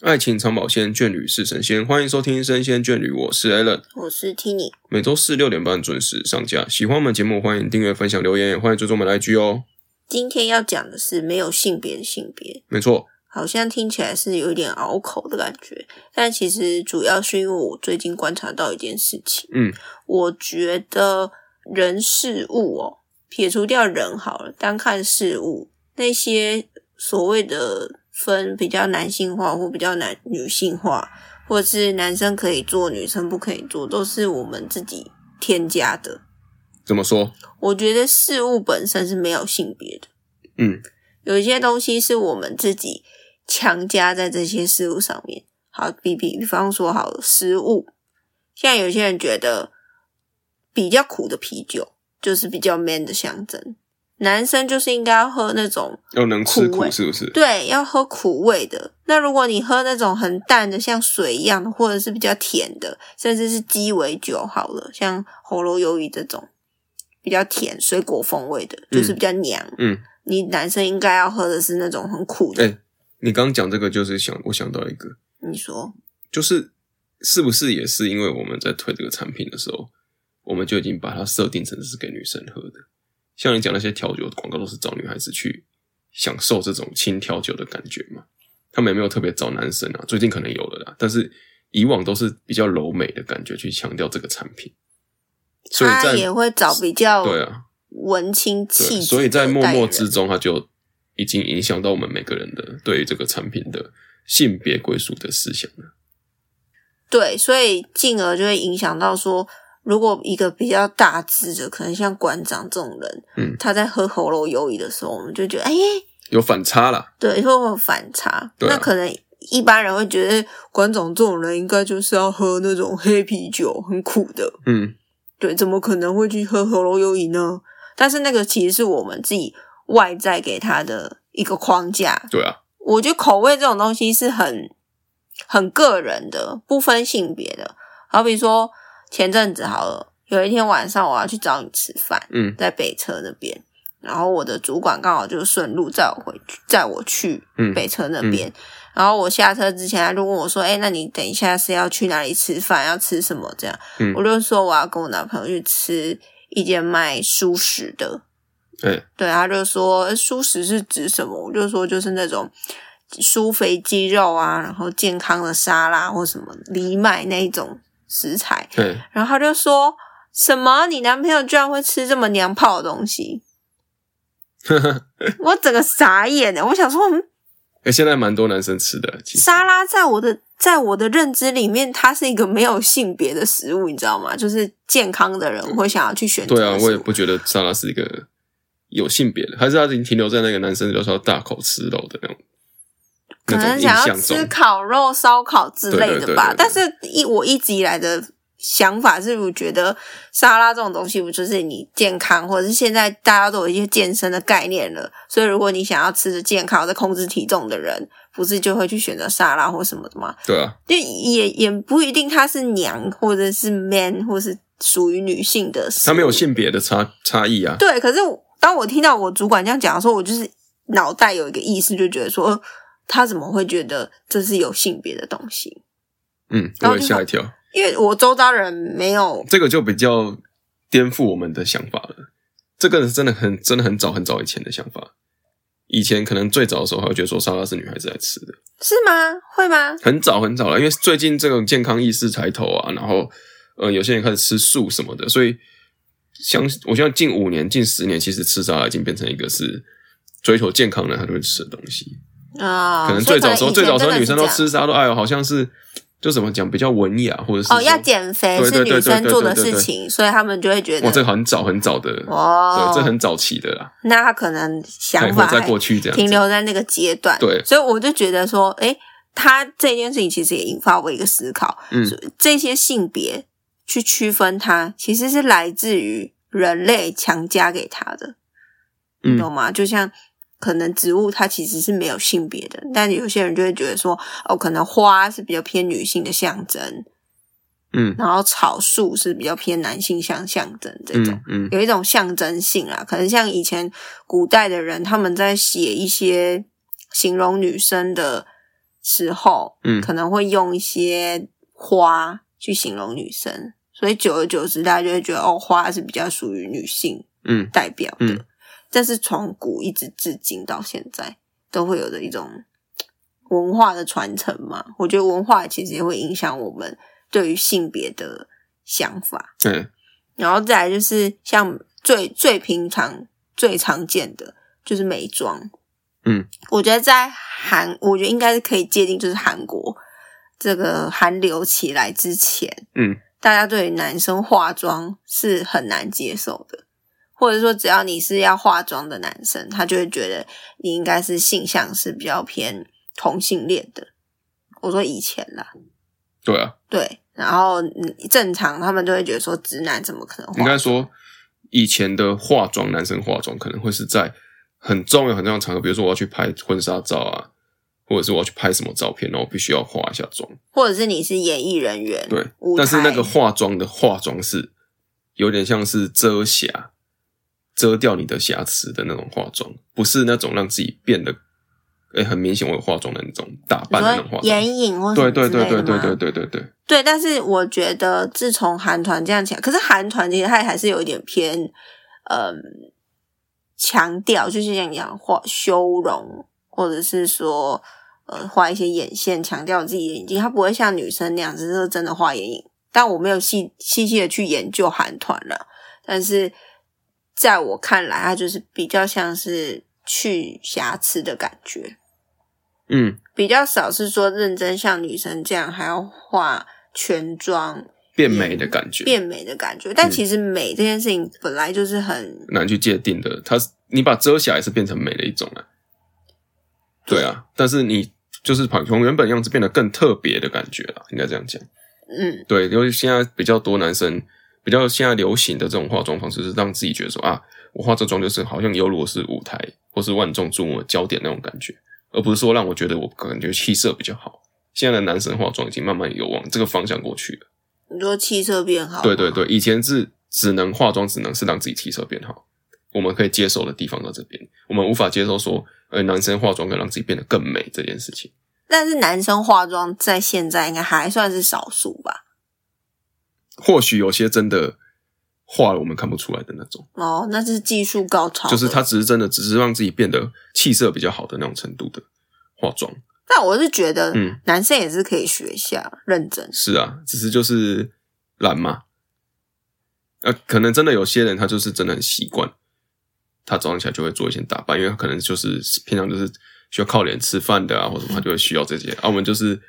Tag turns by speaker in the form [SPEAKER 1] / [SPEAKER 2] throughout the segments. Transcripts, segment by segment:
[SPEAKER 1] 爱情长保鲜，眷侣是神仙。欢迎收听《神仙眷侣》，我是 Allen。
[SPEAKER 2] 我是 Tini，
[SPEAKER 1] 每周四六点半准时上架。喜欢我们节目，欢迎订阅、分享、留言，也欢迎追踪我们的 IG 哦。
[SPEAKER 2] 今天要讲的是没有性别的性别，
[SPEAKER 1] 没错，
[SPEAKER 2] 好像听起来是有一点拗口的感觉，但其实主要是因为我最近观察到一件事情，
[SPEAKER 1] 嗯，
[SPEAKER 2] 我觉得人事物哦，撇除掉人好了，单看事物，那些所谓的分比较男性化或比较男女性化，或者是男生可以做，女生不可以做，都是我们自己添加的。
[SPEAKER 1] 怎么说？
[SPEAKER 2] 我觉得事物本身是没有性别的，
[SPEAKER 1] 嗯，
[SPEAKER 2] 有一些东西是我们自己强加在这些事物上面。好，比比比方说，好了，食物，现在有些人觉得比较苦的啤酒就是比较 man 的象征，男生就是应该要喝那种
[SPEAKER 1] 要能吃
[SPEAKER 2] 苦
[SPEAKER 1] 苦
[SPEAKER 2] 味
[SPEAKER 1] 是不是？
[SPEAKER 2] 对，要喝苦味的。那如果你喝那种很淡的，像水一样的，或者是比较甜的，甚至是鸡尾酒好了，像红楼鱿鱼这种比较甜水果风味的，就是比较娘。
[SPEAKER 1] 嗯，
[SPEAKER 2] 你男生应该要喝的是那种很苦的。
[SPEAKER 1] 哎你刚刚讲这个，就是想我想到一个，
[SPEAKER 2] 你说
[SPEAKER 1] 就是是不是也是因为我们在推这个产品的时候，我们就已经把它设定成是给女生喝的。像你讲那些调酒广告都是找女孩子去享受这种轻调酒的感觉嘛，他们也没有特别找男生啊，最近可能有了啦，但是以往都是比较柔美的感觉去强调这个产品，所以
[SPEAKER 2] 他
[SPEAKER 1] 在
[SPEAKER 2] 也会找比较
[SPEAKER 1] 对啊，
[SPEAKER 2] 文青哦气
[SPEAKER 1] 对，
[SPEAKER 2] 质，
[SPEAKER 1] 所以在默默之。中，它就已经影响到我们每个人的对于这个产品的性别归属的思想了。
[SPEAKER 2] 对，所以进而就会影响到说，如果一个比较大只的，可能像馆长这种人，
[SPEAKER 1] 嗯
[SPEAKER 2] 他在喝喉咙鱿鱼的时候，我们就觉得，哎、
[SPEAKER 1] 有反差啦，
[SPEAKER 2] 对，会有反差。
[SPEAKER 1] 对啊
[SPEAKER 2] 那可能一般人会觉得，馆长这种人应该就是要喝那种黑啤酒，很苦的。
[SPEAKER 1] 嗯，
[SPEAKER 2] 对，怎么可能会去喝喉咙优饮呢？但是那个其实是我们自己外在给他的一个框架。
[SPEAKER 1] 对啊，
[SPEAKER 2] 我觉得口味这种东西是很很个人的，不分性别的。好比说前阵子好了，有一天晚上我要去找你吃饭，
[SPEAKER 1] 嗯
[SPEAKER 2] 在北车那边，然后我的主管刚好就顺路载我回去，载我去
[SPEAKER 1] 嗯
[SPEAKER 2] 北车那边。然后我下车之前，他就问我说：“哎、那你等一下是要去哪里吃饭？要吃什么？”这样，
[SPEAKER 1] 嗯
[SPEAKER 2] 我就说我要跟我男朋友去吃一间卖素食的，
[SPEAKER 1] 哎、
[SPEAKER 2] 对，他就说呃素食是指什么？我就说就是那种酥肥鸡肉啊，然后健康的沙拉或什么藜麦那一种食材。
[SPEAKER 1] 哎、
[SPEAKER 2] 然后他就说什么？你男朋友居然会吃这么娘炮的东西？我整个傻眼了。我想说，嗯，
[SPEAKER 1] 哎、现在蛮多男生吃的，其实
[SPEAKER 2] 沙拉在我的在我的认知里面，它是一个没有性别的食物，你知道吗？就是健康的人会想要去选择
[SPEAKER 1] 对
[SPEAKER 2] 的食
[SPEAKER 1] 啊
[SPEAKER 2] 物。，
[SPEAKER 1] 我也不觉得沙拉是一个有性别的，还是他已经停留在那个男生就是要大口吃肉的那种
[SPEAKER 2] 可
[SPEAKER 1] 那
[SPEAKER 2] 能
[SPEAKER 1] 种
[SPEAKER 2] 想要
[SPEAKER 1] 印象
[SPEAKER 2] 吃
[SPEAKER 1] 中。
[SPEAKER 2] 烤肉、烧烤之类的
[SPEAKER 1] 对对对对对。
[SPEAKER 2] 吧但是一我一直以来的想法是，我觉得沙拉这种东西不就是你健康，或者是现在大家都有一些健身的概念了，所以如果你想要吃的健康、在控制体重的人，不是就会去选择沙拉或什么的吗？
[SPEAKER 1] 对啊，
[SPEAKER 2] 就也也不一定它是娘，或者是 man，或是属于女性的食物。
[SPEAKER 1] 他没有性别的差差异啊。
[SPEAKER 2] 对，可是我当我听到我主管这样讲的时候，我就是脑袋有一个意识，就觉得说，呃他怎么会觉得这是有性别的东西？
[SPEAKER 1] 嗯，
[SPEAKER 2] 然
[SPEAKER 1] 我
[SPEAKER 2] 后
[SPEAKER 1] 也
[SPEAKER 2] 就
[SPEAKER 1] 吓一跳，
[SPEAKER 2] 因为我周遭人没有，
[SPEAKER 1] 这个就比较颠覆我们的想法了。这个真的很真的很早很早以前的想法，以前可能最早的时候还会觉得说沙拉是女孩子来吃的。
[SPEAKER 2] 是吗？会吗？
[SPEAKER 1] 很早很早了，因为最近这种健康意识抬头啊，然后呃，有些人开始吃素什么的，所以相我相信近五年、近十年，其实吃沙拉已经变成一个是追求健康的人他就会吃的东西。
[SPEAKER 2] 啊、
[SPEAKER 1] 可能
[SPEAKER 2] 所以
[SPEAKER 1] 最早时候，
[SPEAKER 2] 以前
[SPEAKER 1] 最早时候
[SPEAKER 2] 真的
[SPEAKER 1] 女生都
[SPEAKER 2] 是这样
[SPEAKER 1] 吃沙拉都哎呦，好像是就怎么讲比较文雅，或者是
[SPEAKER 2] 哦，要
[SPEAKER 1] 说
[SPEAKER 2] 减肥
[SPEAKER 1] 对
[SPEAKER 2] 是
[SPEAKER 1] 对对
[SPEAKER 2] 女
[SPEAKER 1] 对
[SPEAKER 2] 生
[SPEAKER 1] 对
[SPEAKER 2] 做的
[SPEAKER 1] 对对
[SPEAKER 2] 事
[SPEAKER 1] 对
[SPEAKER 2] 情，所以他们就会觉得
[SPEAKER 1] 哇，这很早很早的，
[SPEAKER 2] 哦
[SPEAKER 1] 对，这很早期的啦，
[SPEAKER 2] 那他可能想
[SPEAKER 1] 或
[SPEAKER 2] 法
[SPEAKER 1] 在
[SPEAKER 2] 还
[SPEAKER 1] 过去这样
[SPEAKER 2] 停
[SPEAKER 1] 子。
[SPEAKER 2] 留在那个阶段，
[SPEAKER 1] 对
[SPEAKER 2] 所以我就觉得说，诶，他这件事情其实也引发我一个思考，
[SPEAKER 1] 嗯
[SPEAKER 2] 所以这些性别去区分它，其实是来自于人类强加给他的，你
[SPEAKER 1] 嗯
[SPEAKER 2] 懂吗？就像可能植物它其实是没有性别的，但有些人就会觉得说，哦，可能花是比较偏女性的象征，
[SPEAKER 1] 嗯
[SPEAKER 2] 然后草树是比较偏男性象象征这种。
[SPEAKER 1] 嗯嗯，
[SPEAKER 2] 有一种象征性啦，可能像以前古代的人，他们在写一些形容女生的时候，
[SPEAKER 1] 嗯
[SPEAKER 2] 可能会用一些花去形容女生，所以久而久之，大家就会觉得哦，花是比较属于女性
[SPEAKER 1] 嗯
[SPEAKER 2] 代表的。
[SPEAKER 1] 嗯
[SPEAKER 2] 这是从古一直至今到现在都会有的一种文化的传承嘛。我觉得文化其实也会影响我们对于性别的想法。
[SPEAKER 1] 嗯
[SPEAKER 2] 然后再来就是像最最平常、最常见的就是美妆。
[SPEAKER 1] 嗯，
[SPEAKER 2] 我觉得在韩，我觉得应该是可以界定，就是韩国这个韩流起来之前，
[SPEAKER 1] 嗯，
[SPEAKER 2] 大家对于男生化妆是很难接受的，或者说只要你是要化妆的男生，他就会觉得你应该是性向是比较偏同性恋的。我说以前啦，
[SPEAKER 1] 对啊，
[SPEAKER 2] 对，然后嗯正常他们就会觉得说直男怎么可能化
[SPEAKER 1] 应该说以前的化妆，男生化妆可能会是在很重要很重要的场合，比如说我要去拍婚纱照啊，或者是我要去拍什么照片，然后我必须要化一下妆。
[SPEAKER 2] 或者是你是演艺人员，
[SPEAKER 1] 对
[SPEAKER 2] 舞，台
[SPEAKER 1] 但是那个化妆的化妆是有点像是遮瑕，遮掉你的瑕疵的那种化妆，不是那种让自己变得哎、很明显我有化妆的那种打
[SPEAKER 2] 你
[SPEAKER 1] 扮的那种化
[SPEAKER 2] 说
[SPEAKER 1] 妆。
[SPEAKER 2] 眼影或什
[SPEAKER 1] 对
[SPEAKER 2] 么
[SPEAKER 1] 对
[SPEAKER 2] 之
[SPEAKER 1] 对
[SPEAKER 2] 类的
[SPEAKER 1] 对对
[SPEAKER 2] 吗
[SPEAKER 1] 对对对对，
[SPEAKER 2] 对，但是我觉得自从韩团这样起来，可是韩团其实它还是有一点偏，嗯，强调就是像你讲画修容，或者是说呃画一些眼线，强调自己的眼睛，它不会像女生那样子是真的画眼影。但我没有细细细的去研究韩团了，但是在我看来，它就是比较像是去瑕疵的感觉。
[SPEAKER 1] 嗯，
[SPEAKER 2] 比较少是说认真像女生这样还要化全妆
[SPEAKER 1] 变美的感觉，
[SPEAKER 2] 变美的感觉，但
[SPEAKER 1] 嗯
[SPEAKER 2] 其实美这件事情本来就是很
[SPEAKER 1] 难去界定的。它是你把遮瑕也是变成美的一种啊。对啊，但是你就是把从原本样子变得更特别的感觉啦，应该这样讲。
[SPEAKER 2] 嗯
[SPEAKER 1] 对，因为现在比较多男生比较现在流行的这种化妆方式，是让自己觉得说啊，我化这妆就是好像犹如我是舞台或是万众瞩目的焦点那种感觉，而不是说让我觉得我感觉气色比较好。现在的男生化妆已经慢慢有往这个方向过去了。
[SPEAKER 2] 你说气色变好，
[SPEAKER 1] 对对，对，以前是只能化妆，只能是让自己气色变好，我们可以接受的地方到这边，我们无法接受说，呃，男生化妆可以让自己变得更美这件事情。
[SPEAKER 2] 但是男生化妆在现在应该还算是少数吧？
[SPEAKER 1] 或许有些真的化了我们看不出来的那种。
[SPEAKER 2] 哦，那是技术高超，
[SPEAKER 1] 就是他。只是真的只是让自己变得气色比较好的那种程度的化妆。
[SPEAKER 2] 但我是觉得
[SPEAKER 1] 嗯，
[SPEAKER 2] 男生也是可以学一下，认真
[SPEAKER 1] 是啊，只是就是懒嘛。呃，可能真的有些人他就是真的很习惯，他早上起来就会做一些打扮，因为他可能就是平常就是需要靠脸吃饭的啊，或者什么，他就会需要这些。啊，我们就是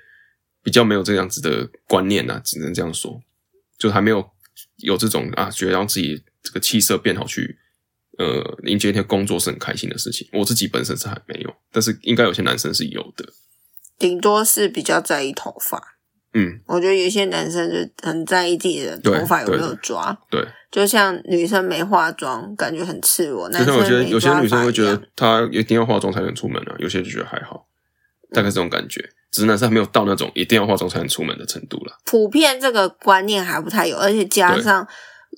[SPEAKER 1] 比较没有这样子的观念啊，只能这样说，就还没有有这种啊，觉得让自己这个气色变好去。呃，迎接一天工作是很开心的事情。我自己本身是还没有，但是应该有些男生是有的。
[SPEAKER 2] 顶多是比较在意头发。
[SPEAKER 1] 嗯，
[SPEAKER 2] 我觉得有一些男生就很在意自己的
[SPEAKER 1] 对
[SPEAKER 2] 头发有没
[SPEAKER 1] 对
[SPEAKER 2] 有抓，
[SPEAKER 1] 对。
[SPEAKER 2] 就像女生没化妆，感觉很赤裸；
[SPEAKER 1] 就
[SPEAKER 2] 男
[SPEAKER 1] 像
[SPEAKER 2] 生
[SPEAKER 1] 我觉得
[SPEAKER 2] 没
[SPEAKER 1] 有些
[SPEAKER 2] 抓
[SPEAKER 1] 女生
[SPEAKER 2] 发
[SPEAKER 1] 会觉
[SPEAKER 2] 一
[SPEAKER 1] 得
[SPEAKER 2] 样
[SPEAKER 1] 她一定要化妆才能出门啊，有些就觉得还好，大概是这种感觉。只是男生还没有到那种一定要化妆才能出门的程度啦。
[SPEAKER 2] 普遍这个观念还不太有，而且加
[SPEAKER 1] 对
[SPEAKER 2] 上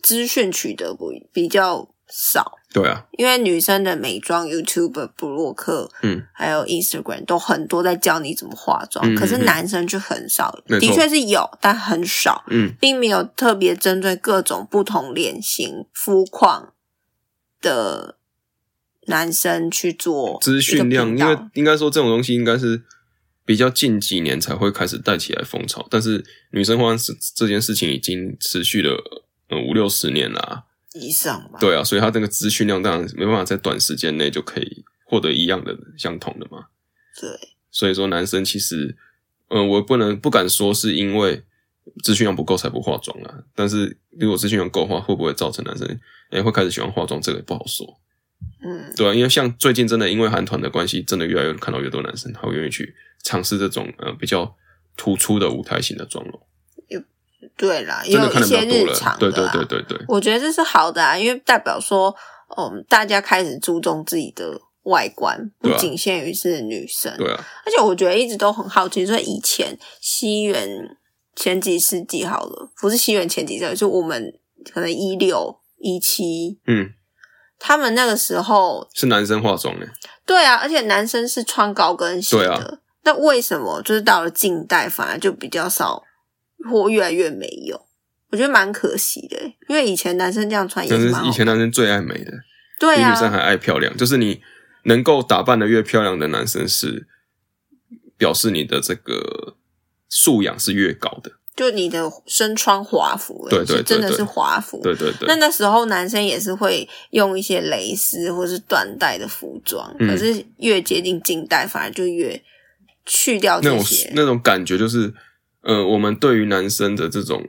[SPEAKER 2] 资讯取得不比较少，
[SPEAKER 1] 对啊，
[SPEAKER 2] 因为女生的美妆 YouTube、布洛克，
[SPEAKER 1] 嗯，
[SPEAKER 2] 还有 Instagram 都很多在教你怎么化妆，
[SPEAKER 1] 嗯
[SPEAKER 2] 可是
[SPEAKER 1] 嗯嗯
[SPEAKER 2] 男生就很少，
[SPEAKER 1] 没
[SPEAKER 2] 的
[SPEAKER 1] 错
[SPEAKER 2] 确是有，但很少，
[SPEAKER 1] 嗯，
[SPEAKER 2] 并没有特别针对各种不同脸型、肤况的。男生去做
[SPEAKER 1] 资
[SPEAKER 2] 哦一个
[SPEAKER 1] 讯量，
[SPEAKER 2] 频
[SPEAKER 1] 因为
[SPEAKER 2] 道
[SPEAKER 1] 应该说这种东西应该是比较近几年才会开始带起来风潮，但是女生化妆是这件事情已经持续了呃五六十年啦、
[SPEAKER 2] 以上吧，
[SPEAKER 1] 对啊，所以它那个资讯量当然没办法在短时间内就可以获得一样的相同的嘛。
[SPEAKER 2] 对，
[SPEAKER 1] 所以说男生其实，嗯、我不能不敢说是因为资讯量不够才不化妆啊。但是如果资讯量够的话，会不会造成男生诶、会开始喜欢化妆？这个也不好说，
[SPEAKER 2] 嗯，
[SPEAKER 1] 对啊，因为像最近真的因为韩团的关系，真的越来越看到越多男生他会愿意去尝试这种呃比较突出的舞台型的妆容，
[SPEAKER 2] 对啦，也
[SPEAKER 1] 真的
[SPEAKER 2] 有
[SPEAKER 1] 看
[SPEAKER 2] 一
[SPEAKER 1] 的比较
[SPEAKER 2] 些
[SPEAKER 1] 多
[SPEAKER 2] 日
[SPEAKER 1] 了。
[SPEAKER 2] 常的啊
[SPEAKER 1] 对
[SPEAKER 2] 啦
[SPEAKER 1] 对对对对，
[SPEAKER 2] 我觉得这是好的啊，因为代表说，嗯，大家开始注重自己的外观，不
[SPEAKER 1] 对啊
[SPEAKER 2] 仅限于是女生。
[SPEAKER 1] 对啊，
[SPEAKER 2] 而且我觉得一直都很好奇，说以前西元前几世纪好了，不是西元前几世纪，就我们可能一六一七，
[SPEAKER 1] 嗯，
[SPEAKER 2] 他们那个时候，
[SPEAKER 1] 是男生化妆诶、
[SPEAKER 2] 对啊，而且男生是穿高跟鞋
[SPEAKER 1] 对
[SPEAKER 2] 的，
[SPEAKER 1] 啊
[SPEAKER 2] 那为什么就是到了近代反而就比较少，或越来越没有？我觉得蛮可惜的，欸因为以前男生这样穿也
[SPEAKER 1] 但
[SPEAKER 2] 是
[SPEAKER 1] 是
[SPEAKER 2] 蛮好
[SPEAKER 1] 以前男生最爱美的，
[SPEAKER 2] 对
[SPEAKER 1] 比
[SPEAKER 2] 啊
[SPEAKER 1] 女，生还爱漂亮，就是你能够打扮的越漂亮的男生是表示你的这个素养是越高的。
[SPEAKER 2] 就你的身穿华服，
[SPEAKER 1] 对对
[SPEAKER 2] 是真的
[SPEAKER 1] 对对
[SPEAKER 2] 是华服。
[SPEAKER 1] 对对
[SPEAKER 2] 哦那
[SPEAKER 1] 对，
[SPEAKER 2] 那时候男生也是会用一些蕾丝或是缎带的服装，
[SPEAKER 1] 嗯
[SPEAKER 2] 可是越接近近代，反而就越去掉
[SPEAKER 1] 那
[SPEAKER 2] 这
[SPEAKER 1] 种
[SPEAKER 2] 些。
[SPEAKER 1] 那种感觉就是，呃，我们对于男生的这种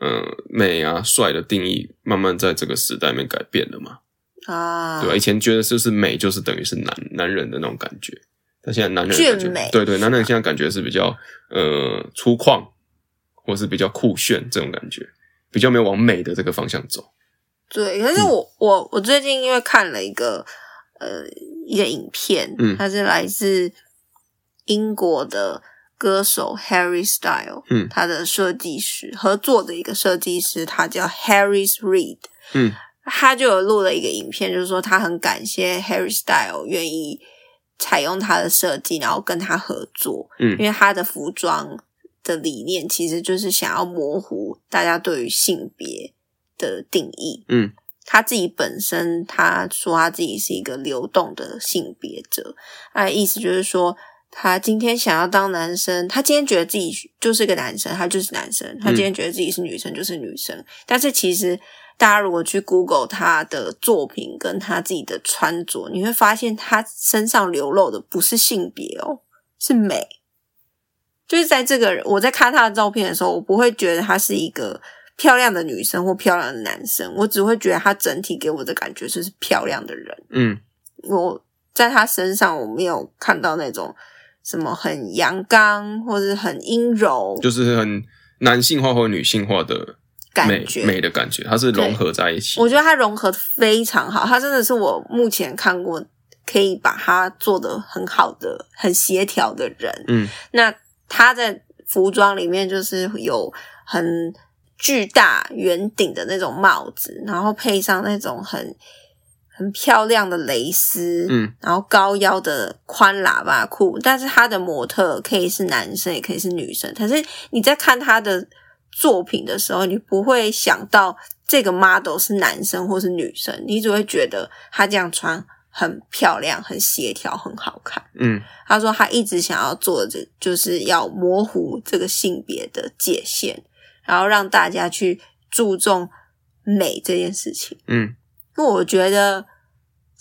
[SPEAKER 1] 呃美啊帅的定义，慢慢在这个时代里面改变了嘛，
[SPEAKER 2] 啊，
[SPEAKER 1] 对吧？以前觉得就是美就是等于是男男人的那种感觉，但现在男人的感觉
[SPEAKER 2] 俊美
[SPEAKER 1] 对对，男人现在感觉是比较呃粗犷，或是比较酷炫这种感觉，比较没有往美的这个方向走。
[SPEAKER 2] 对，可是
[SPEAKER 1] 嗯
[SPEAKER 2] 我、我我最近因为看了一个呃一个影片，
[SPEAKER 1] 嗯
[SPEAKER 2] 它是来自英国的歌手 Harry Style，
[SPEAKER 1] 嗯
[SPEAKER 2] 他的设计师合作的一个设计师，他叫 Harry's Reed，
[SPEAKER 1] 嗯，
[SPEAKER 2] 他就有录了一个影片，就是说他很感谢 Harry Style 愿意采用他的设计，然后跟他合作，
[SPEAKER 1] 嗯
[SPEAKER 2] 因为他的服装的理念其实就是想要模糊大家对于性别的定义，
[SPEAKER 1] 嗯，
[SPEAKER 2] 他自己本身他说他自己是一个流动的性别者，他的意思就是说。他今天想要当男生，他今天觉得自己就是个男生，他就是男生；他今天觉得自己是女生，就是女生。
[SPEAKER 1] 嗯
[SPEAKER 2] 但是其实大家如果去 Google 他的作品跟他自己的穿着，你会发现他身上流露的不是性别哦，是美。就是在这个人，我在看他的照片的时候，我不会觉得他是一个漂亮的女生或漂亮的男生，我只会觉得他整体给我的感觉就是漂亮的人。
[SPEAKER 1] 嗯
[SPEAKER 2] 我在他身上我没有看到那种什么很阳刚或者很阴柔，
[SPEAKER 1] 就是很男性化或女性化的美
[SPEAKER 2] 感觉
[SPEAKER 1] 美的感觉，它是融合在一起。
[SPEAKER 2] 我觉得它融合得非常好，它真的是我目前看过可以把它做的很好的、很协调的人。
[SPEAKER 1] 嗯
[SPEAKER 2] 那他在服装里面就是有很巨大圆顶的那种帽子，然后配上那种很很漂亮的蕾丝，
[SPEAKER 1] 嗯，
[SPEAKER 2] 然后高腰的宽喇叭裤，但是他的模特可以是男生，也可以是女生。可是你在看他的作品的时候，你不会想到这个 model 是男生或是女生，你只会觉得他这样穿很漂亮、很协调、很好看。
[SPEAKER 1] 嗯
[SPEAKER 2] 他说他一直想要做的就是要模糊这个性别的界限，然后让大家去注重美这件事情。
[SPEAKER 1] 嗯
[SPEAKER 2] 因为我觉得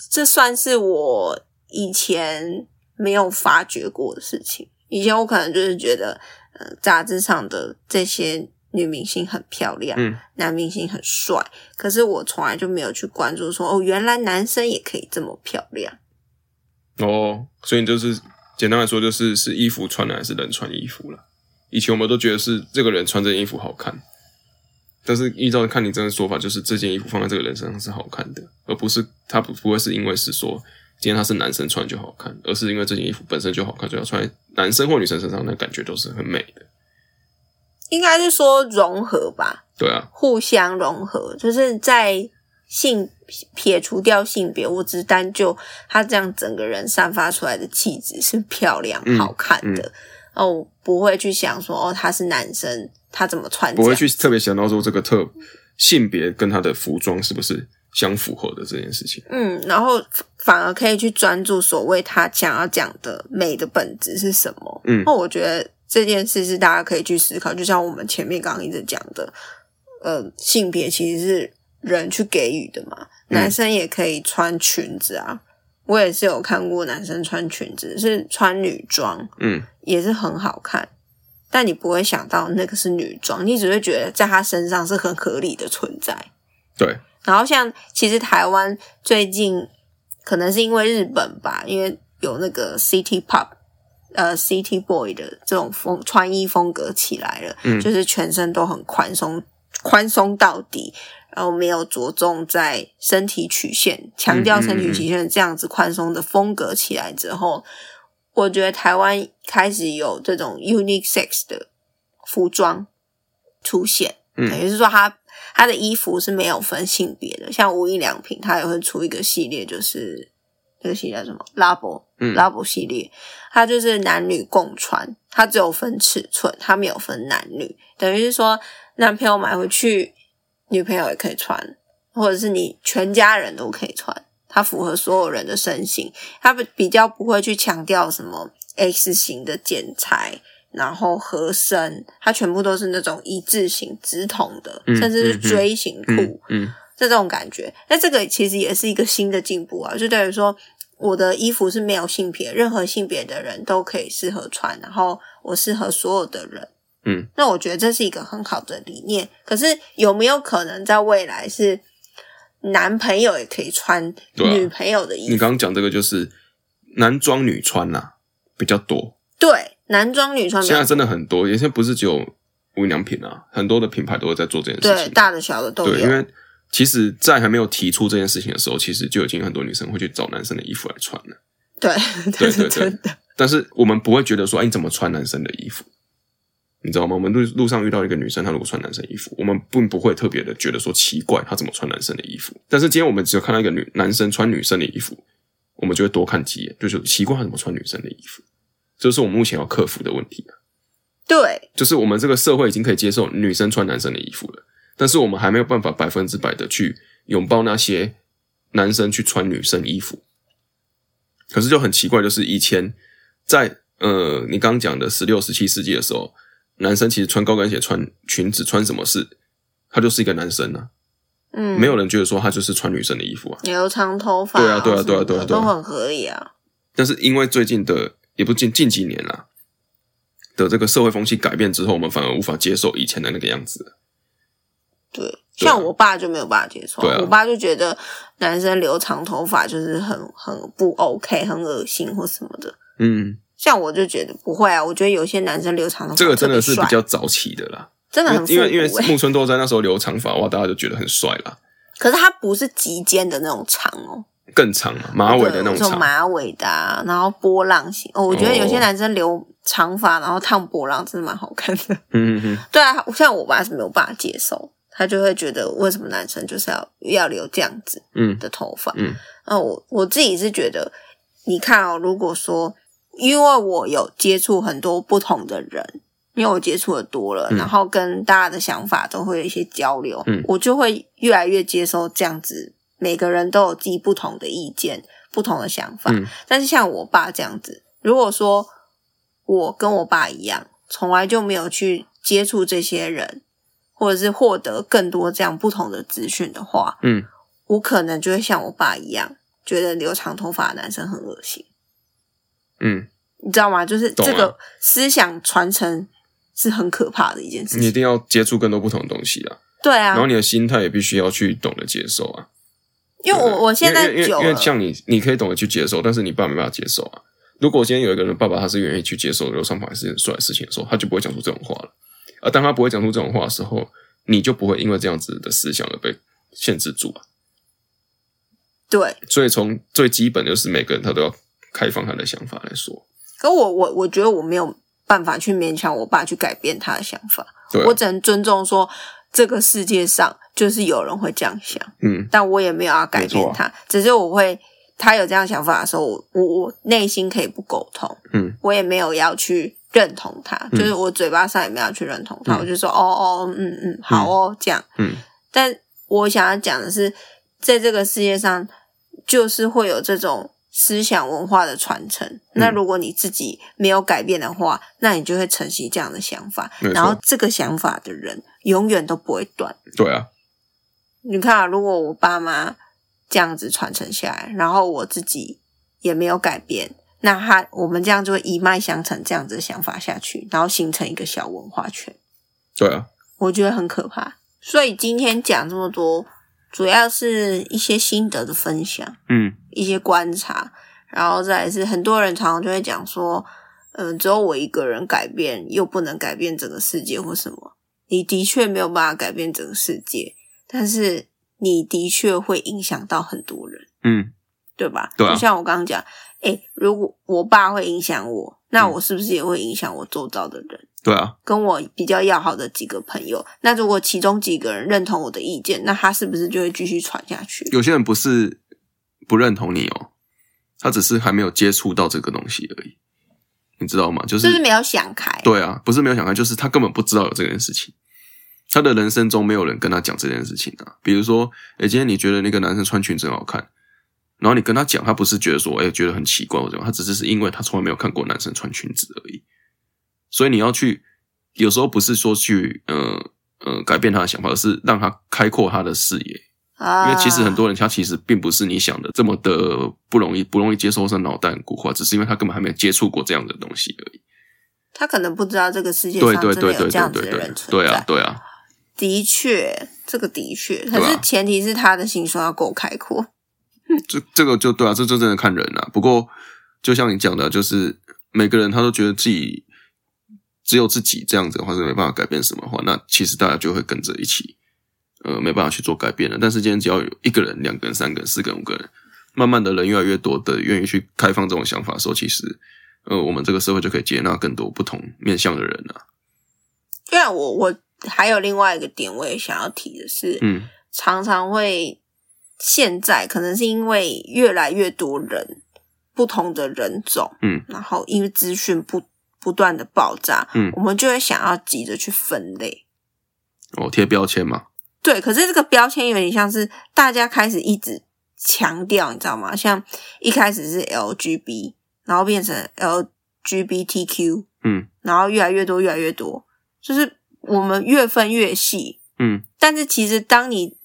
[SPEAKER 2] 这算是我以前没有发觉过的事情。以前我可能就是觉得，呃，杂志上的这些女明星很漂亮，
[SPEAKER 1] 嗯
[SPEAKER 2] 男明星很帅，可是我从来就没有去关注说，哦，原来男生也可以这么漂亮。
[SPEAKER 1] 哦，所以你就是简单来说，就是是衣服穿的还是人穿衣服了。以前我们都觉得是这个人穿这件衣服好看，但是依照看你这样的说法，就是这件衣服放在这个人身上是好看的，而不是他不不会是因为是说今天他是男生穿就好看，而是因为这件衣服本身就好看，所以要穿在男生或女生身上，那感觉都是很美的。
[SPEAKER 2] 应该是说融合吧，
[SPEAKER 1] 对啊，
[SPEAKER 2] 互相融合，就是在性撇除掉性别，我只单就他这样整个人散发出来的气质是漂亮、
[SPEAKER 1] 嗯
[SPEAKER 2] 好看的。哦，我不会去想说哦，他是男生，他怎么穿这
[SPEAKER 1] 不
[SPEAKER 2] 样？
[SPEAKER 1] 会去特别想到说这个特性别跟他的服装是不是相符合的这件事情。
[SPEAKER 2] 嗯，然后反反而可以去专注所谓他想要讲的美的本质是什么。
[SPEAKER 1] 嗯
[SPEAKER 2] 那我觉得这件事是大家可以去思考，就像我们前面刚刚一直讲的，呃，性别其实是人去给予的嘛，
[SPEAKER 1] 嗯
[SPEAKER 2] 男生也可以穿裙子啊。我也是有看过男生穿裙子，是穿女装，
[SPEAKER 1] 嗯
[SPEAKER 2] 也是很好看，但你不会想到那个是女装，你只会觉得在他身上是很合理的存在。
[SPEAKER 1] 对，
[SPEAKER 2] 然后像其实台湾最近可能是因为日本吧，因为有那个 City Pop。呃，City Boy 的这种风穿衣风格起来了，
[SPEAKER 1] 嗯
[SPEAKER 2] 就是全身都很宽松，宽松到底，然后没有着重在身体曲线，强调身
[SPEAKER 1] 嗯
[SPEAKER 2] 体曲线这样子宽松的风格起来之后，我觉得台湾开始有这种 unisex 的服装出现，
[SPEAKER 1] 嗯
[SPEAKER 2] 等于是说它它的衣服是没有分性别的，像无印良品，它也会出一个系列，就是那个系列叫什么拉伯
[SPEAKER 1] 嗯
[SPEAKER 2] 拉伯系列，它就是男女共穿，它只有分尺寸，它没有分男女，等于是说男朋友买回去，女朋友也可以穿，或者是你全家人都可以穿，它符合所有人的身形，它比比较不会去强调什么 X 型的剪裁。然后合身，它全部都是那种一字型、直筒的，
[SPEAKER 1] 嗯
[SPEAKER 2] 甚至
[SPEAKER 1] 嗯
[SPEAKER 2] 是
[SPEAKER 1] 嗯
[SPEAKER 2] 锥形裤。
[SPEAKER 1] 嗯嗯
[SPEAKER 2] 这种感觉。那这个其实也是一个新的进步啊，就等于说我的衣服是没有性别，任何性别的人都可以适合穿，然后我适合所有的人。
[SPEAKER 1] 嗯，
[SPEAKER 2] 那我觉得这是一个很好的理念。可是有没有可能在未来是男朋友也可以穿
[SPEAKER 1] 对啊
[SPEAKER 2] 女朋友的
[SPEAKER 1] 你
[SPEAKER 2] 衣服？
[SPEAKER 1] 刚刚讲这个就是男装女穿呐、比较多，
[SPEAKER 2] 对，男装女穿比
[SPEAKER 1] 现在
[SPEAKER 2] 较
[SPEAKER 1] 真的很多，也现在不是只有无印良品啊，很多的品牌都有在做这件事
[SPEAKER 2] 对，
[SPEAKER 1] 情。
[SPEAKER 2] 大的小的都
[SPEAKER 1] 对，因
[SPEAKER 2] 有。
[SPEAKER 1] 为其实，在还没有提出这件事情的时候，其实就已经很多女生会去找男生的衣服来穿了。
[SPEAKER 2] 对，这是
[SPEAKER 1] 对对
[SPEAKER 2] 真的。
[SPEAKER 1] 但是我们不会觉得说，哎，你怎么穿男生的衣服？你知道吗？我们路路上遇到一个女生，她如果穿男生衣服，我们并不会特别的觉得说奇怪，她怎么穿男生的衣服。但是今天我们只有看到一个女男生穿女生的衣服，我们就会多看几眼，就是奇怪她怎么穿女生的衣服。这是我们目前要克服的问题啊、
[SPEAKER 2] 对
[SPEAKER 1] 就是我们这个社会已经可以接受女生穿男生的衣服了，但是我们还没有办法百分之百的去拥抱那些男生去穿女生衣服。可是就很奇怪，就是以前在呃你刚刚讲的十六、十七世纪的时候，男生其实穿高跟鞋、穿裙子、穿什么事，他就是一个男生啊，
[SPEAKER 2] 嗯，
[SPEAKER 1] 没有人觉得说他就是穿女生的衣服啊。
[SPEAKER 2] 留长头发，
[SPEAKER 1] 对啊对啊对啊对啊对啊
[SPEAKER 2] 都很合理啊。
[SPEAKER 1] 但是因为最近的也不近近几年啦、的这个社会风气改变之后，我们反而无法接受以前的那个样子了。
[SPEAKER 2] 对，
[SPEAKER 1] 对啊
[SPEAKER 2] 像我爸就没有办法接受，
[SPEAKER 1] 对啊
[SPEAKER 2] 我爸就觉得男生留长头发就是很很不 OK，很恶心或什么的。
[SPEAKER 1] 嗯，
[SPEAKER 2] 像我就觉得不会啊，我觉得有些男生留长头发
[SPEAKER 1] 这个真的是
[SPEAKER 2] 特
[SPEAKER 1] 比
[SPEAKER 2] 别帅
[SPEAKER 1] 较早期的啦，
[SPEAKER 2] 真的很复
[SPEAKER 1] 因为因为
[SPEAKER 2] 古
[SPEAKER 1] 因为
[SPEAKER 2] 欸
[SPEAKER 1] 木村拓哉那时候留长发，哇，大家就觉得很帅啦，
[SPEAKER 2] 可是他不是及肩的那种长哦，
[SPEAKER 1] 更长嘛，马尾的那
[SPEAKER 2] 对
[SPEAKER 1] 种长，
[SPEAKER 2] 马尾的、啊，然后波浪形哦。我觉得有些男生留长发然后烫波浪真的蛮好看的。
[SPEAKER 1] 嗯嗯嗯，
[SPEAKER 2] 对啊，像我爸是没有办法接受，他就会觉得为什么男生就是要要留这样子
[SPEAKER 1] 嗯
[SPEAKER 2] 的头发？
[SPEAKER 1] 嗯，
[SPEAKER 2] 那我我自己是觉得，你看哦，如果说因为我有接触很多不同的人，因为我接触的多了，
[SPEAKER 1] 嗯
[SPEAKER 2] 然后跟大家的想法都会有一些交流，
[SPEAKER 1] 嗯
[SPEAKER 2] 我就会越来越接受这样子，每个人都有自己不同的意见、不同的想法。
[SPEAKER 1] 嗯
[SPEAKER 2] 但是像我爸这样子，如果说我跟我爸一样，从来就没有去接触这些人，或者是获得更多这样不同的资讯的话，
[SPEAKER 1] 嗯，
[SPEAKER 2] 我可能就会像我爸一样，觉得留长头发的男生很恶心，
[SPEAKER 1] 嗯，
[SPEAKER 2] 你知道吗？就是
[SPEAKER 1] 懂啊
[SPEAKER 2] 这个思想传承是很可怕的一件事
[SPEAKER 1] 你一
[SPEAKER 2] 情。
[SPEAKER 1] 定要接触更多不同的东西啊，
[SPEAKER 2] 对啊
[SPEAKER 1] 然后，你的心态也必须要去懂得接受啊，
[SPEAKER 2] 因为
[SPEAKER 1] 对不
[SPEAKER 2] 我
[SPEAKER 1] 对
[SPEAKER 2] 我现
[SPEAKER 1] 因为
[SPEAKER 2] 在
[SPEAKER 1] 因为
[SPEAKER 2] 久
[SPEAKER 1] 因为
[SPEAKER 2] 了，
[SPEAKER 1] 像你，你可以懂得去接受，但是你爸没办法接受啊。如果今天有一个人爸爸他是愿意去接受留长发是很帅的事情的时候，他就不会讲出这种话了。而当他不会讲出这种话的时候，你就不会因为这样子的思想而被限制住啊。
[SPEAKER 2] 对，
[SPEAKER 1] 所以从最基本就是每个人他都要开放他的想法来说，
[SPEAKER 2] 可我我我觉得我没有办法去勉强我爸去改变他的想法，
[SPEAKER 1] 对啊、
[SPEAKER 2] 我只能尊重说这个世界上就是有人会这样想。
[SPEAKER 1] 嗯
[SPEAKER 2] 但我也没有要改变他，只是我会他有这样想法的时候，我我我内心可以不沟通，
[SPEAKER 1] 嗯，
[SPEAKER 2] 我也没有要去认同他，
[SPEAKER 1] 嗯
[SPEAKER 2] 就是我嘴巴上也没有去认同他，
[SPEAKER 1] 嗯
[SPEAKER 2] 我就说哦哦嗯嗯好哦、这样，
[SPEAKER 1] 嗯，
[SPEAKER 2] 但我想要讲的是，在这个世界上，就是会有这种思想文化的传承。
[SPEAKER 1] 嗯
[SPEAKER 2] 那如果你自己没有改变的话，那你就会承袭这样的想法，
[SPEAKER 1] 没错
[SPEAKER 2] 然后这个想法的人永远都不会断。
[SPEAKER 1] 对啊，
[SPEAKER 2] 你看、啊，如果我爸妈这样子传承下来，然后我自己也没有改变，那他我们这样就会一脉相承这样子的想法下去，然后形成一个小文化圈，
[SPEAKER 1] 对啊，
[SPEAKER 2] 我觉得很可怕。所以今天讲这么多，主要是一些心得的分享，
[SPEAKER 1] 嗯
[SPEAKER 2] 一些观察，然后再来是很多人常常就会讲说，嗯，只有我一个人改变，又不能改变整个世界或什么。你的确没有办法改变整个世界，但是你的确会影响到很多人，
[SPEAKER 1] 嗯，
[SPEAKER 2] 对吧？
[SPEAKER 1] 对啊
[SPEAKER 2] 就像我刚刚讲，诶，如果我爸会影响我，那
[SPEAKER 1] 嗯
[SPEAKER 2] 我是不是也会影响我周遭的人？
[SPEAKER 1] 对啊，
[SPEAKER 2] 跟我比较要好的几个朋友，那如果其中几个人认同我的意见，那他是不是就会继续传下去？
[SPEAKER 1] 有些人不是不认同你哦，他只是还没有接触到这个东西而已，你知道吗？就是
[SPEAKER 2] 就是没有想开。
[SPEAKER 1] 对啊，不是没有想开，就是他根本不知道有这件事情。他的人生中没有人跟他讲这件事情啊。比如说，诶、今天你觉得那个男生穿裙子很好看，然后你跟他讲，他不是觉得说，诶、觉得很奇怪或怎么样，他只是是因为他从来没有看过男生穿裙子而已。所以你要去，有时候不是说去，呃呃，改变他的想法，而是让他开阔他的视野。
[SPEAKER 2] 啊，
[SPEAKER 1] 因为其实很多人他其实并不是你想的这么的不容易，不容易接受是脑袋很固化，只是因为他根本还没有接触过这样的东西而已。
[SPEAKER 2] 他可能不知道这个世界
[SPEAKER 1] 对
[SPEAKER 2] 上
[SPEAKER 1] 对
[SPEAKER 2] 真的
[SPEAKER 1] 对
[SPEAKER 2] 有
[SPEAKER 1] 对
[SPEAKER 2] 这样
[SPEAKER 1] 对
[SPEAKER 2] 子
[SPEAKER 1] 对
[SPEAKER 2] 的
[SPEAKER 1] 对
[SPEAKER 2] 人存在。，
[SPEAKER 1] 对啊对啊，
[SPEAKER 2] 的确，这个的确，可
[SPEAKER 1] 对
[SPEAKER 2] 是
[SPEAKER 1] 啊
[SPEAKER 2] 前提是他的心胸要够开阔。
[SPEAKER 1] 这这个就对啊，这就真的看人啊。不过就像你讲的，就是每个人他都觉得自己只有自己这样子的话是没办法改变什么的话，那其实大家就会跟着一起，呃，没办法去做改变了。但是今天只要有一个人、两个人、三个人、四个人、五个人，慢慢的人越来越多的愿意去开放这种想法的时候，其实呃，我们这个社会就可以接纳更多不同面向的人啊。
[SPEAKER 2] 对啊，我我还有另外一个点，我也想要提的是，
[SPEAKER 1] 嗯，
[SPEAKER 2] 常常会现在可能是因为越来越多人不同的人种，
[SPEAKER 1] 嗯，
[SPEAKER 2] 然后因为资讯不不断的爆炸，
[SPEAKER 1] 嗯
[SPEAKER 2] 我们就会想要急着去分类。
[SPEAKER 1] 哦，贴标签嘛，
[SPEAKER 2] 对，可是这个标签有点像是大家开始一直强调，你知道吗？像一开始是 LGB，然后变成 LGBTQ，
[SPEAKER 1] 嗯
[SPEAKER 2] 然后越来越多，越来越多，就是我们越分越细，
[SPEAKER 1] 嗯，
[SPEAKER 2] 但是其实当你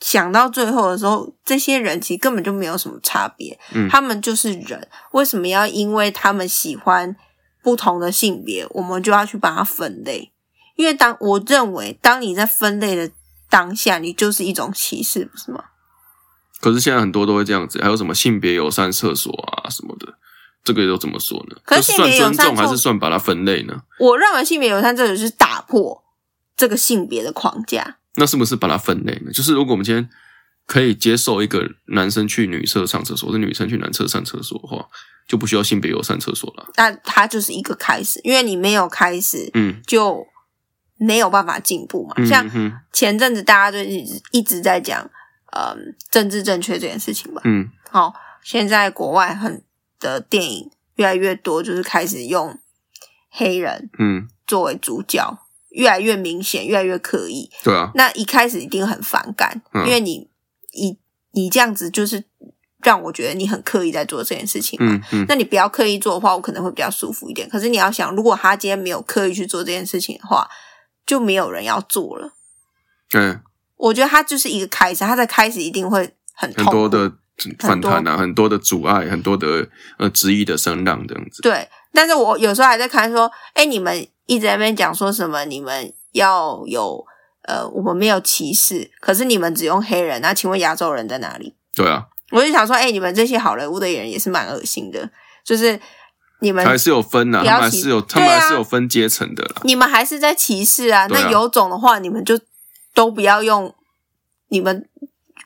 [SPEAKER 2] 想到最后的时候，这些人其实根本就没有什么差别，
[SPEAKER 1] 嗯
[SPEAKER 2] 他们就是人。为什么要因为他们喜欢不同的性别，我们就要去把它分类？因为当我认为，当你在分类的当下，你就是一种歧视，不是吗？
[SPEAKER 1] 可是现在很多都会这样子，还有什么性别友善厕所啊什么的，这个又怎么说呢？
[SPEAKER 2] 可是
[SPEAKER 1] 这算
[SPEAKER 2] 性别友
[SPEAKER 1] 尊
[SPEAKER 2] 善
[SPEAKER 1] 重还
[SPEAKER 2] 厕
[SPEAKER 1] 是算把它分类呢？
[SPEAKER 2] 我认为性别友善这就是打破这个性别的框架。
[SPEAKER 1] 那是不是把它分类呢？就是如果我们今天可以接受一个男生去女厕上厕所，或者女生去男厕上厕所的话，就不需要性别友善厕所了。
[SPEAKER 2] 那它就是一个开始，因为你没有开始，
[SPEAKER 1] 嗯，
[SPEAKER 2] 就没有办法进步嘛。
[SPEAKER 1] 嗯
[SPEAKER 2] 像
[SPEAKER 1] 嗯哼
[SPEAKER 2] 前阵子大家就一直一直在讲，嗯，政治正确这件事情吧。
[SPEAKER 1] 嗯
[SPEAKER 2] 好，现在国外很的电影越来越多，就是开始用黑人
[SPEAKER 1] 嗯，
[SPEAKER 2] 作为主角，越来越明显，越来越刻意。
[SPEAKER 1] 对啊，
[SPEAKER 2] 那一开始一定很反感，
[SPEAKER 1] 嗯
[SPEAKER 2] 因为你你你这样子就是让我觉得你很刻意在做这件事情嘛。
[SPEAKER 1] 嗯嗯
[SPEAKER 2] 那你不要刻意做的话，我可能会比较舒服一点。可是你要想，如果他今天没有刻意去做这件事情的话，就没有人要做了。
[SPEAKER 1] 嗯，
[SPEAKER 2] 我觉得他就是一个开始，他在开始一定会很
[SPEAKER 1] 很
[SPEAKER 2] 痛苦
[SPEAKER 1] 多的反弹啊，很多的阻碍，很多的呃质疑的声浪这样子。
[SPEAKER 2] 对。但是我有时候还在看说，哎，你们一直在那边讲说什么，你们要有呃，我们没有歧视，可是你们只用黑人，那请问亚洲人在哪里？
[SPEAKER 1] 对啊，
[SPEAKER 2] 我就想说，哎，你们这些好莱坞的演员也是蛮恶心的，就是你们
[SPEAKER 1] 还是有分呐、
[SPEAKER 2] 不
[SPEAKER 1] 他
[SPEAKER 2] 要
[SPEAKER 1] 们还
[SPEAKER 2] 歧
[SPEAKER 1] 是有，他
[SPEAKER 2] 对
[SPEAKER 1] 们还
[SPEAKER 2] 啊
[SPEAKER 1] 是有分阶层的啦。
[SPEAKER 2] 你们还是在歧视啊。
[SPEAKER 1] 对啊
[SPEAKER 2] 那有种的话，你们就都不要用你们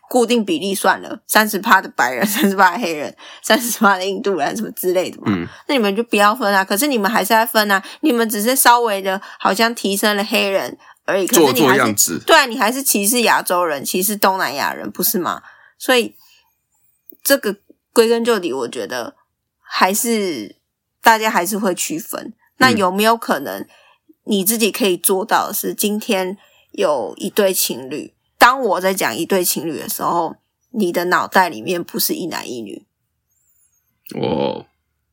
[SPEAKER 2] 固定比例算了，三十趴的白人，三十趴的黑人，三十趴的印度人什么之类的嘛。
[SPEAKER 1] 嗯
[SPEAKER 2] 那你们就不要分啊。可是你们还是在分啊，你们只是稍微的好像提升了黑人而已，可
[SPEAKER 1] 做
[SPEAKER 2] 是你
[SPEAKER 1] 做
[SPEAKER 2] 还
[SPEAKER 1] 样
[SPEAKER 2] 是
[SPEAKER 1] 子，
[SPEAKER 2] 对啊，你还是歧视亚洲人，歧视东南亚人，不是吗？所以这个归根究底，我觉得还是大家还是会区分。那
[SPEAKER 1] 嗯
[SPEAKER 2] 有没有可能你自己可以做到的是，今天有一对情侣，当我在讲一对情侣的时候，你的脑袋里面不是一男一女，
[SPEAKER 1] 哦，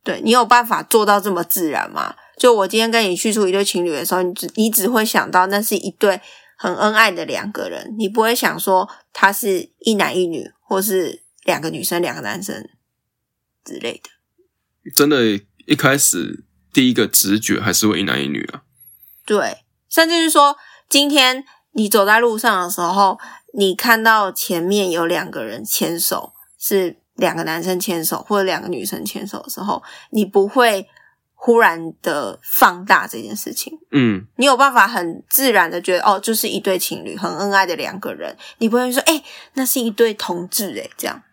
[SPEAKER 2] 对你有办法做到这么自然吗？就我今天跟你叙述一对情侣的时候，你只你只会想到那是一对很恩爱的两个人，你不会想说他是一男一女，或是两个女生两个男生之类的。
[SPEAKER 1] 真的，一开始第一个直觉还是会一男一女啊。
[SPEAKER 2] 对，甚至是说，今天你走在路上的时候，你看到前面有两个人牵手，是两个男生牵手或者两个女生牵手的时候，你不会忽然的放大这件事情。
[SPEAKER 1] 嗯，
[SPEAKER 2] 你有办法很自然的觉得哦，就是一对情侣，很恩爱的两个人，你不会说哎、那是一对同志哎、这样。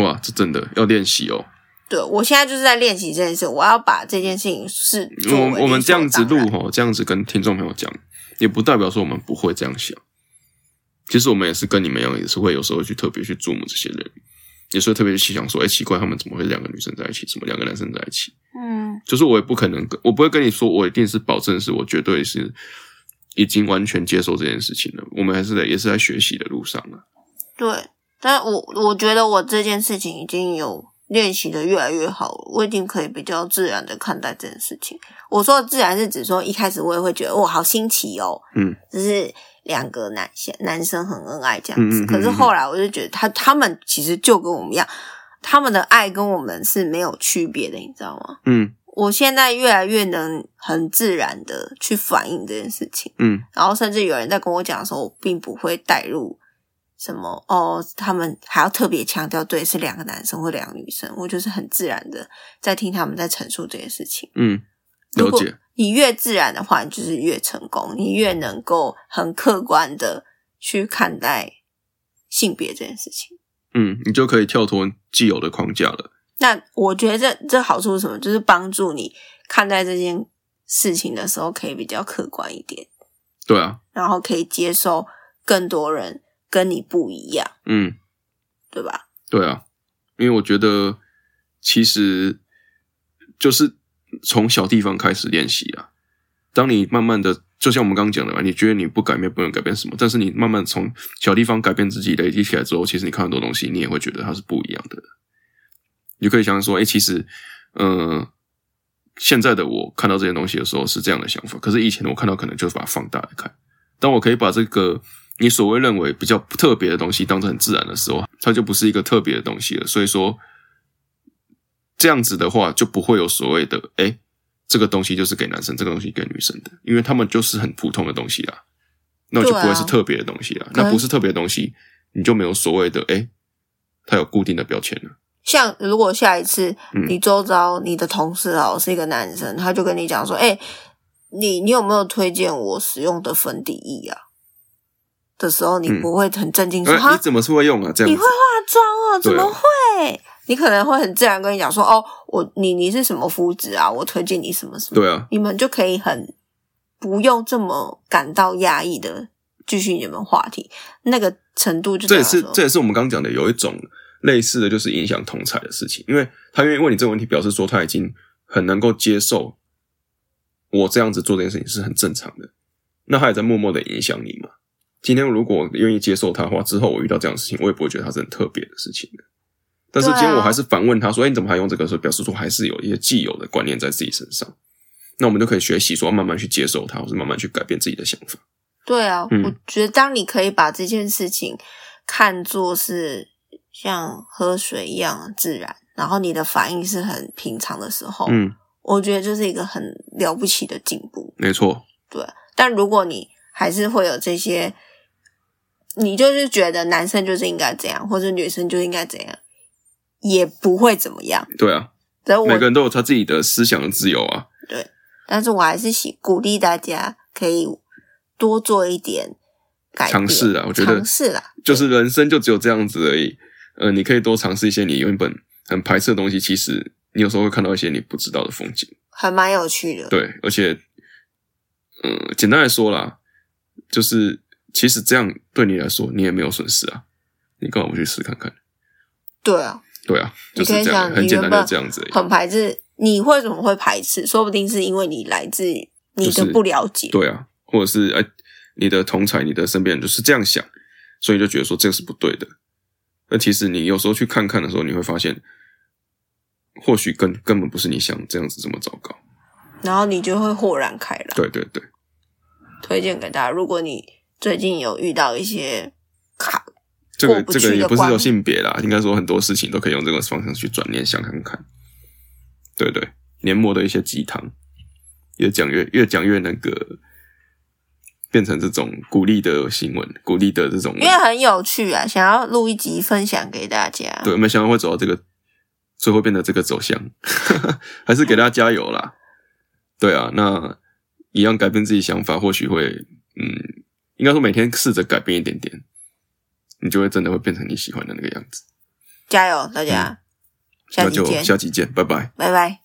[SPEAKER 1] 哇，这真的要练习哦。
[SPEAKER 2] 对我现在就是在练习这件事，我要把这件事情是作为
[SPEAKER 1] 我我们
[SPEAKER 2] 理所
[SPEAKER 1] 这样子
[SPEAKER 2] 当然
[SPEAKER 1] 录吼，这样子跟听众朋友讲，也不代表说我们不会这样想。其实我们也是跟你们一样，也是会有时候去特别去注目这些人，有时候特别去想说，哎、奇怪，他们怎么会两个女生在一起，怎么两个男生在一起？
[SPEAKER 2] 嗯
[SPEAKER 1] 就是我也不可能跟，我不会跟你说，我一定是保证是我绝对是已经完全接受这件事情了。我们还是在也是在学习的路上啊。
[SPEAKER 2] 对，但我我觉得我这件事情已经有练习的越来越好了，我已经可以比较自然的看待这件事情。我说的自然是指说一开始我也会觉得哇好新奇哦，
[SPEAKER 1] 嗯，
[SPEAKER 2] 就是两个男生男生很恩爱这样子。
[SPEAKER 1] 嗯嗯嗯嗯
[SPEAKER 2] 可是后来我就觉得他他们其实就跟我们一样，他们的爱跟我们是没有区别的，你知道吗？
[SPEAKER 1] 嗯
[SPEAKER 2] 我现在越来越能很自然的去反应这件事情。
[SPEAKER 1] 嗯
[SPEAKER 2] 然后甚至有人在跟我讲的时候，我并不会带入什么哦，他们还要特别强调，对，是两个男生或两个女生，我就是很自然的在听他们在陈述这件事情。
[SPEAKER 1] 嗯，
[SPEAKER 2] 如
[SPEAKER 1] 了
[SPEAKER 2] 果
[SPEAKER 1] 解。
[SPEAKER 2] 你越自然的话，你就是越成功，你越能够很客观的去看待性别这件事情。
[SPEAKER 1] 嗯，你就可以跳脱既有的框架了。
[SPEAKER 2] 那我觉得这这好处是什么？就是帮助你看待这件事情的时候，可以比较客观一点，
[SPEAKER 1] 对啊，
[SPEAKER 2] 然后可以接受更多人跟你不一样。
[SPEAKER 1] 嗯，
[SPEAKER 2] 对吧？
[SPEAKER 1] 对啊，因为我觉得其实就是从小地方开始练习啊。当你慢慢的，就像我们刚刚讲的嘛，你觉得你不改变不能改变什么，但是你慢慢从小地方改变自己，累积起来之后，其实你看很多东西，你也会觉得它是不一样的。你就可以想想说，哎、其实，呃，现在的我看到这些东西的时候是这样的想法，可是以前我看到可能就把它放大来看。当我可以把这个你所谓认为比较特别的东西当成很自然的时候，它就不是一个特别的东西了。所以说，这样子的话就不会有所谓的哎、诶这个东西就是给男生，这个东西给女生的，因为他们就是很普通的东西啦，那就不
[SPEAKER 2] 对
[SPEAKER 1] 会
[SPEAKER 2] 啊
[SPEAKER 1] 是特别的东西啦。
[SPEAKER 2] 可能
[SPEAKER 1] 那不是特别的东西，你就没有所谓的哎、诶它有固定的标签了。
[SPEAKER 2] 像如果下一次
[SPEAKER 1] 嗯
[SPEAKER 2] 你周遭你的同事哦是一个男生，他就跟你讲说：“哎、你你有没有推荐我使用的粉底液啊？”的时候，你
[SPEAKER 1] 嗯
[SPEAKER 2] 不会很震惊说：“
[SPEAKER 1] 哎、
[SPEAKER 2] 哈、
[SPEAKER 1] 你怎么是会用啊？这样
[SPEAKER 2] 你
[SPEAKER 1] 子
[SPEAKER 2] 会化妆哦？怎
[SPEAKER 1] 对啊
[SPEAKER 2] 么会？”你可能会很自然跟你讲说：“哦，我你你是什么肤质啊？我推荐你什么什么。
[SPEAKER 1] 对啊”，
[SPEAKER 2] 你们就可以很不用这么感到压抑的继续你们话题，那个程度就
[SPEAKER 1] 这也
[SPEAKER 2] 代表
[SPEAKER 1] 是
[SPEAKER 2] 说
[SPEAKER 1] 这也是我们刚刚讲的有一种类似的就是影响同才的事情，因为他愿意问你这个问题，表示说他已经很能够接受我这样子做这件事情是很正常的，那他也在默默的影响你嘛。今天如果愿意接受他的话，之后我遇到这样的事情，我也不会觉得他是很特别的事情的。但是
[SPEAKER 2] 对啊
[SPEAKER 1] 今天我还是反问他说：“哎、你怎么还用这个？”时候表示说还是有一些既有的观念在自己身上。那我们就可以学习说慢慢去接受它，或是慢慢去改变自己的想法。
[SPEAKER 2] 对啊，
[SPEAKER 1] 嗯
[SPEAKER 2] 我觉得当你可以把这件事情看作是像喝水一样自然，然后你的反应是很平常的时候，
[SPEAKER 1] 嗯，
[SPEAKER 2] 我觉得这是一个很了不起的进步。
[SPEAKER 1] 没错。
[SPEAKER 2] 对，但如果你还是会有这些，你就是觉得男生就是应该这样，或者女生就应该怎样，也不会怎么样。
[SPEAKER 1] 对啊，
[SPEAKER 2] 所以我
[SPEAKER 1] 每个人都有他自己的思想的自由啊。
[SPEAKER 2] 但是我还是喜鼓励大家可以多做一点改变
[SPEAKER 1] 尝试啊我觉得
[SPEAKER 2] 尝试啦，
[SPEAKER 1] 就是人生就只有这样子而已。呃，你可以多尝试一些你原本很排斥的东西，其实你有时候会看到一些你不知道的风景。
[SPEAKER 2] 还蛮有趣的。
[SPEAKER 1] 对，而且，嗯、简单来说啦，就是其实这样对你来说，你也没有损失啊。你干嘛不去试看看？
[SPEAKER 2] 对啊，
[SPEAKER 1] 对啊，就
[SPEAKER 2] 你
[SPEAKER 1] 是
[SPEAKER 2] 可以
[SPEAKER 1] 这样，
[SPEAKER 2] 想
[SPEAKER 1] 很
[SPEAKER 2] 你
[SPEAKER 1] 简
[SPEAKER 2] 原
[SPEAKER 1] 单，就
[SPEAKER 2] 本
[SPEAKER 1] 这样子而已。
[SPEAKER 2] 很排斥。你为什么会排斥？说不定是因为你来自于你
[SPEAKER 1] 就是
[SPEAKER 2] 的不了解。
[SPEAKER 1] 对啊，或者是哎、你的同才、你的身边人就是这样想，所以就觉得说这个是不对的。那其实你有时候去看看的时候，你会发现，或许根根本不是你想这样子这么糟糕。
[SPEAKER 2] 然后你就会豁然开朗。
[SPEAKER 1] 对对对，
[SPEAKER 2] 推荐给大家，如果你最近有遇到一些卡，
[SPEAKER 1] 这
[SPEAKER 2] 过
[SPEAKER 1] 个
[SPEAKER 2] 不
[SPEAKER 1] 这个
[SPEAKER 2] 去
[SPEAKER 1] 也
[SPEAKER 2] 的
[SPEAKER 1] 不是
[SPEAKER 2] 关
[SPEAKER 1] 有性别啦，应该说很多事情都可以用这个方向去转念想看看。对对，年末的一些鸡汤，越讲越越讲越那个，变成这种鼓励的新闻，鼓励的这种文
[SPEAKER 2] 因为很有趣啊，想要录一集分享给大家。
[SPEAKER 1] 对，没想到会走到这个，最后变得这个走向， 还是给大家加油啦。对啊，那一样改变自己想法，或许会，嗯，应该说每天试着改变一点点，你就会真的会变成你喜欢的那个样子。
[SPEAKER 2] 加油，大家，下
[SPEAKER 1] 嗯那
[SPEAKER 2] 期
[SPEAKER 1] 就
[SPEAKER 2] 见，
[SPEAKER 1] 下期见，拜拜。
[SPEAKER 2] 拜拜。